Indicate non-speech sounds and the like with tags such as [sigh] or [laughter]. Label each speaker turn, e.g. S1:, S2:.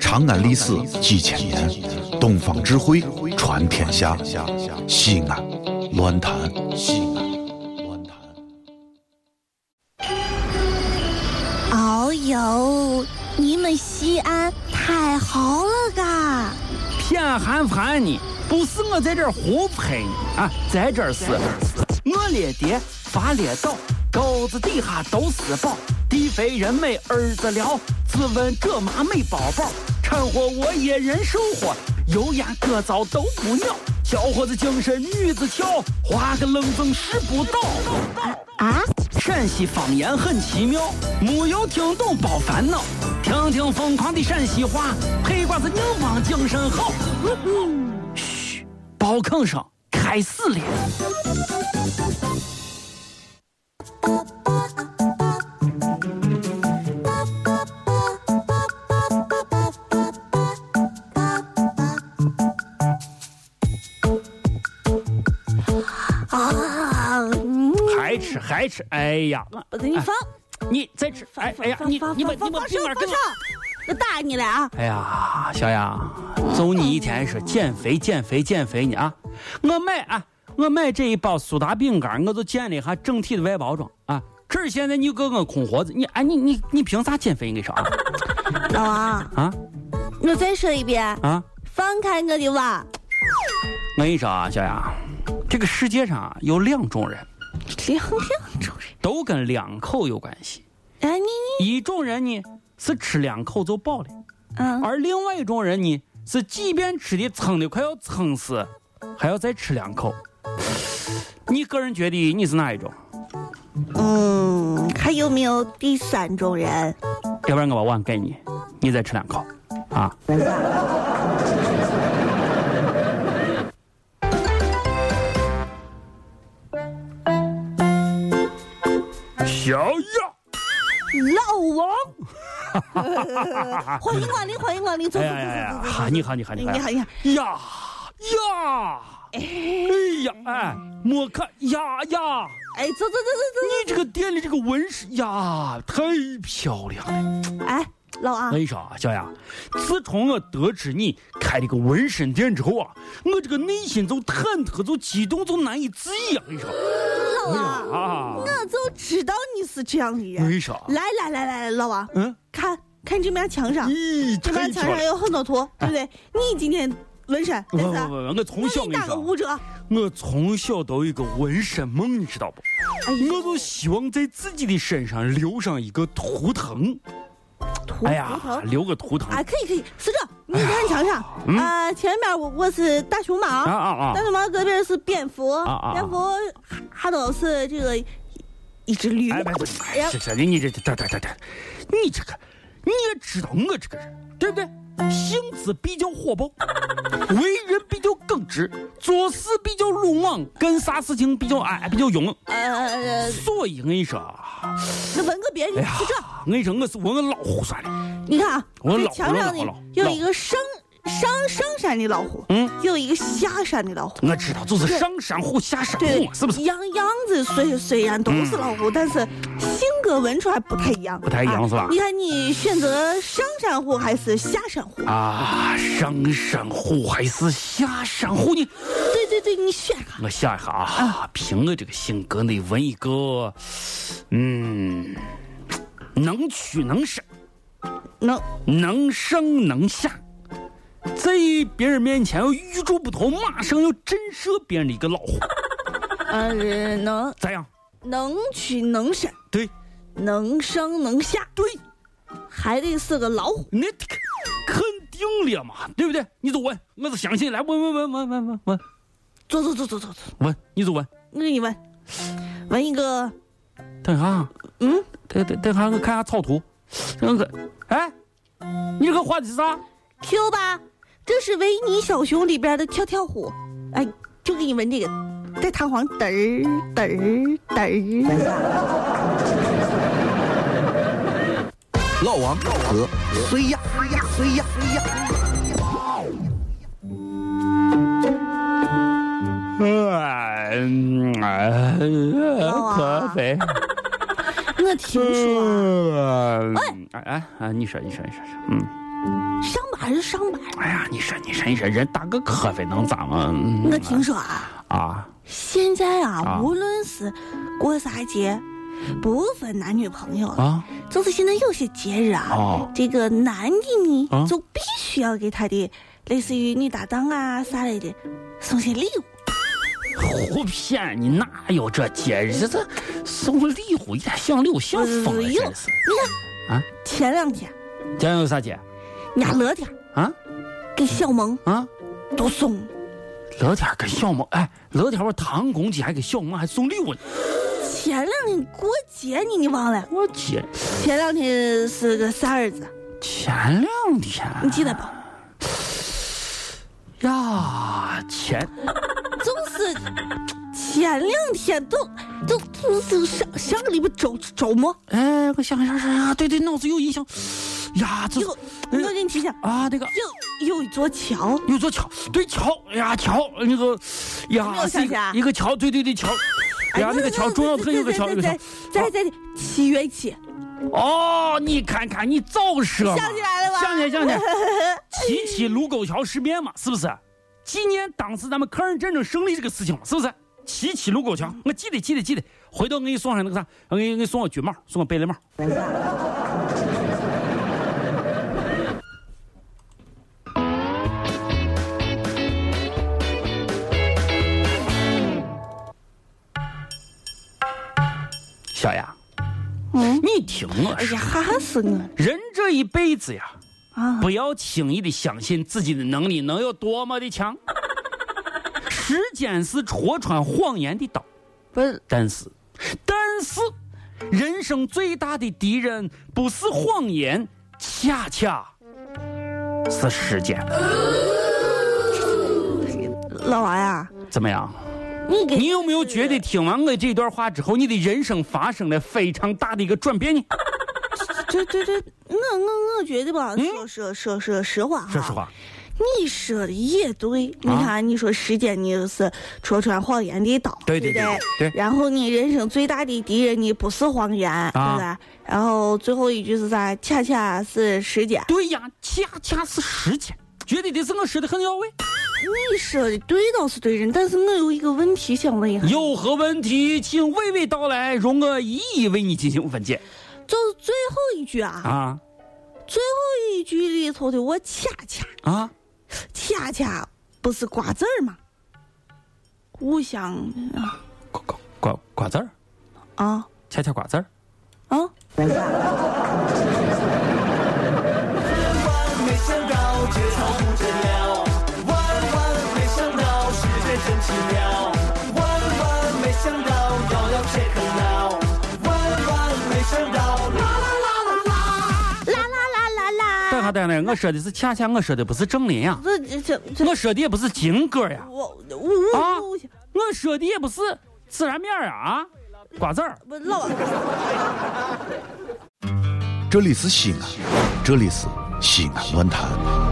S1: 长安历史几千年，东方智慧传天下。西安，乱谈西安，乱谈。
S2: 哦呦，你们西安太好了嘎！
S3: 偏寒寒你，不是我在这儿胡喷你啊，在这儿是，我列爹发列倒，沟子底下都是宝，地肥人美儿子了，自问这妈没宝宝，掺和我也人生活，油盐各糟都不尿，小伙子精神女子俏，花个愣风使不倒。
S2: 啊，
S3: 陕西方言很奇妙，没有听懂别烦恼，听听疯狂的陕西话，黑瓜子硬邦精神好。嘘，包吭声开始了。还吃还吃，哎呀，
S2: 我给你放，
S3: 你再吃，
S2: 放
S3: 哎
S2: 放
S3: 哎呀，
S2: 放
S3: 你
S2: 放
S3: 你把
S2: 放
S3: 你把
S2: 放
S3: 平
S2: 手
S3: 板给
S2: 放
S3: 我
S2: 手。，我打你了啊！
S3: 哎呀，小雅，就你一天说减肥减肥减肥呢啊！我买啊，我买这一包苏打饼干，我就见了一下整体的外包装啊。这儿现在你给我空活着，你哎你你你凭啥减肥？你说啊
S2: 老王，
S3: 啊
S2: 我再说一遍，
S3: 啊！
S2: 放开我的娃！
S3: 我跟你说啊，小雅，这个世界上啊有两种人，
S2: 两两种人，
S3: 都跟两口有关系。
S2: 哎你你
S3: 一种人呢是吃两口就饱了，
S2: 嗯，
S3: 而另外一种人呢是即便吃的撑的快要撑死，还要再吃两口。你个人觉得你是哪一种？
S2: 嗯，还有没有第三种人？
S3: 要不然我把碗给你，你再吃两口，啊！小雅，
S2: 老王，欢迎光临，欢迎光临，坐
S3: 哎
S2: 坐
S3: 呀呀呀
S2: 坐坐坐
S3: 呀！你好，你好，你
S2: 你
S3: 好，
S2: 哎好，你好，
S3: 呀呀！哎呀，哎，莫看呀呀！
S2: 哎，坐坐坐
S3: 你这个店里这个纹饰呀，太漂亮了。
S2: 坐坐，哎，老王
S3: 我跟，你说啊，小雅，自从我得知你开了个纹身店之后啊，我这个内心就忐忑，就激动，就难以自抑啊！我跟你说，
S2: 老王。
S3: 啊，
S2: 我就知道你是这样的
S3: 我跟
S2: 人。
S3: 你说啊，
S2: 来来来来来，老王，
S3: 嗯，
S2: 看看这面墙上，
S3: 咦，
S2: 这
S3: 太
S2: 面墙
S3: 漂
S2: 上
S3: 亮！
S2: 有很多图，对不对？你今天纹身，
S3: 哎不
S2: 对
S3: 不
S2: 不对？
S3: 不，啊我从小
S2: 我
S3: 我
S2: 给你
S3: 跟你
S2: 打个
S3: 说
S2: 五折。
S3: 啊，我从小都有一个纹身梦，你知道不？
S2: 哎
S3: 我就希望在自己的身上留上一个图腾，
S2: 图图
S3: 哎呀，
S2: 腾
S3: 留个图腾
S2: 啊，可以可以，是这，你看墙上
S3: 嗯
S2: 啊，前面我我是大熊
S3: 啊
S2: 猫，
S3: 啊啊
S2: 大！熊猫隔壁是蝙蝠
S3: 啊啊啊，
S2: 蝙蝠还都是这个一只驴。
S3: 哎，别别，哎，行行，你你这这这这这，你这个你也知道我这个人，对不对？性子比较火爆，为人比较耿直，做事比较鲁莽，干啥事情比较哎比较勇。
S2: 呃，
S3: 所以我跟你说啊，
S2: 那纹个别人
S3: 哎呀
S2: 是这，，
S3: 我跟你说我是我老胡算了，
S2: 你看啊，
S3: 我
S2: 这
S3: 老
S2: 墙上
S3: 我老
S2: 呢
S3: 老
S2: 有一个上上上山的老虎，
S3: 嗯，
S2: 有一个下山的老虎。
S3: 我知道就是上山虎下山
S2: 对
S3: 虎，，嗯是不是？
S2: 样样子虽虽然都是老虎，但是性格闻出来不太一样，
S3: 不太一样
S2: 啊
S3: 是吧
S2: 你看你选择上山虎还是下山虎？
S3: 啊，上山虎还是下山虎呢？
S2: 对对对，你选啊。
S3: 我想一下啊，凭我这个性格，你纹一个，嗯，能屈能伸，
S2: 能
S3: 能上能下，在别人面前要与众不同，马上要震慑别人的一个老虎，
S2: 呃能
S3: 咋样？
S2: 能屈能伸，
S3: 对
S2: 能上能下，
S3: 对，
S2: 还得是个老虎。
S3: 那肯定了嘛，对不对？你就纹，我就相信，来纹纹纹纹纹纹纹
S2: 走走走走走走，
S3: 纹，你就纹。
S2: 我给你闻，闻一个
S3: 等一下啊，
S2: 嗯，
S3: 等等等一下，我看下草图，那个，哎，你这个画的是啥？
S2: Q 吧，这是维尼小熊里边的跳跳虎。哎，就给你闻这个，带弹簧，嘚儿嘚儿嘚儿。
S4: 老王和谁呀谁呀谁呀？
S3: 哎，可肥。
S2: 我听说啊，
S3: 哎哎哎，你说你说你说，嗯，
S2: 上班是上班，
S3: 哎呀，你说你说你说，人打个瞌睡能咋嘛？嗯
S2: 我听说啊，
S3: 啊，
S2: 现在啊，
S3: 啊
S2: 无论是过啥节，不分男女朋友了，
S3: 啊
S2: 就是现在有些节日啊，
S3: 哦
S2: 这个男的呢、
S3: 啊
S2: 就必须要给他的类似于女搭档啊啥类的送些礼物。
S3: 胡骗你哪有这节日？这这送礼物也想六想疯了，
S2: 哎
S3: 真
S2: 呦
S3: 是。
S2: 你看
S3: 啊，
S2: 前两天
S3: 今天有啥节？
S2: 人家乐天
S3: 啊
S2: 给小萌
S3: 啊，
S2: 都送
S3: 乐天跟小猫，哎，乐天我堂公鸡还给小猫还送礼物呢。
S2: 前两天过节呢，你忘了？
S3: 我去，
S2: 前两天是个啥日子？
S3: 前两天
S2: 你记得不？
S3: 呀，前
S2: 就是前两天都都都都上上个礼拜周周末，
S3: 哎，我想一下，想一下，对对，脑子有印象。呀，这哎
S2: 有我给你提醒，
S3: 啊，那个
S2: 有有一座桥，
S3: 有座桥，对桥，哎呀桥，那个
S2: 没有啊
S3: 呀，
S2: 想
S3: 是一
S2: 起
S3: 个
S2: 来
S3: 一个桥，对对对桥，哎呀那个桥，中央村有个桥，有个桥
S2: 在。在在七月七，
S3: 哦，你看看你早说嘛，
S2: 想起来了吧
S3: 想起来想
S2: [laughs]
S3: 起来，七七卢沟桥事变嘛，是不是？纪念当时咱们抗日战争胜利这个事情嘛，是不是？七七卢沟桥，我记得记得记得。回头我给你送上那个啥，我给你给你送我军帽，送我贝雷帽。小雅，
S2: 嗯，
S3: 你听我
S2: 哎
S3: 说
S2: 呀，。吓死我了
S3: 人这一辈子呀，
S2: 啊！
S3: 不要轻易的相信自己的能力能有多么
S2: [laughs]
S3: 的强。时间是戳穿谎言的刀，
S2: 不是，
S3: 但是，但是，人生最大的敌人不是谎言，恰恰是时间。
S2: 老王呀，
S3: 怎么样？
S2: 你给
S3: 你有没有觉得听完我这段话之后，你的人生发生了非常大的一个转变呢？
S2: 对对对，我我我觉得吧，说说说说实话哈，
S3: 说实话，
S2: 你说的也对，你看，你说时间你就是戳穿谎言的刀，
S3: 对
S2: 对
S3: 对
S2: 不
S3: 对对
S2: 然后你人生最大的敌人，你不是谎言，对不对？然后最后一句是啥？恰恰是时间。
S3: 对呀，恰恰是时间。觉得这是我说的很到位。
S2: 你说的对倒是对人，但是我有一个问题想问一下，
S3: 有何问题，请娓娓道来，容我一一为你进行分解
S2: 就是最后一句啊，
S3: 啊
S2: 最后一句里头的我恰恰
S3: 啊！
S2: 恰恰不是瓜子儿吗？我想啊
S3: 瓜瓜瓜瓜子儿，
S2: 啊
S3: 恰恰瓜子儿。
S2: 啊！啦啦啦啦
S3: 等
S2: 啦！
S3: 下等下，我说的是恰恰，我说的不是郑林呀，
S2: 这这这这。
S3: 我说的也不是金哥呀，
S2: 我我我
S3: 啊
S2: 我想
S3: 我说的也不是孜然面呀啊，瓜子儿。
S2: 不老
S1: 这里是西安，这里是西安论坛。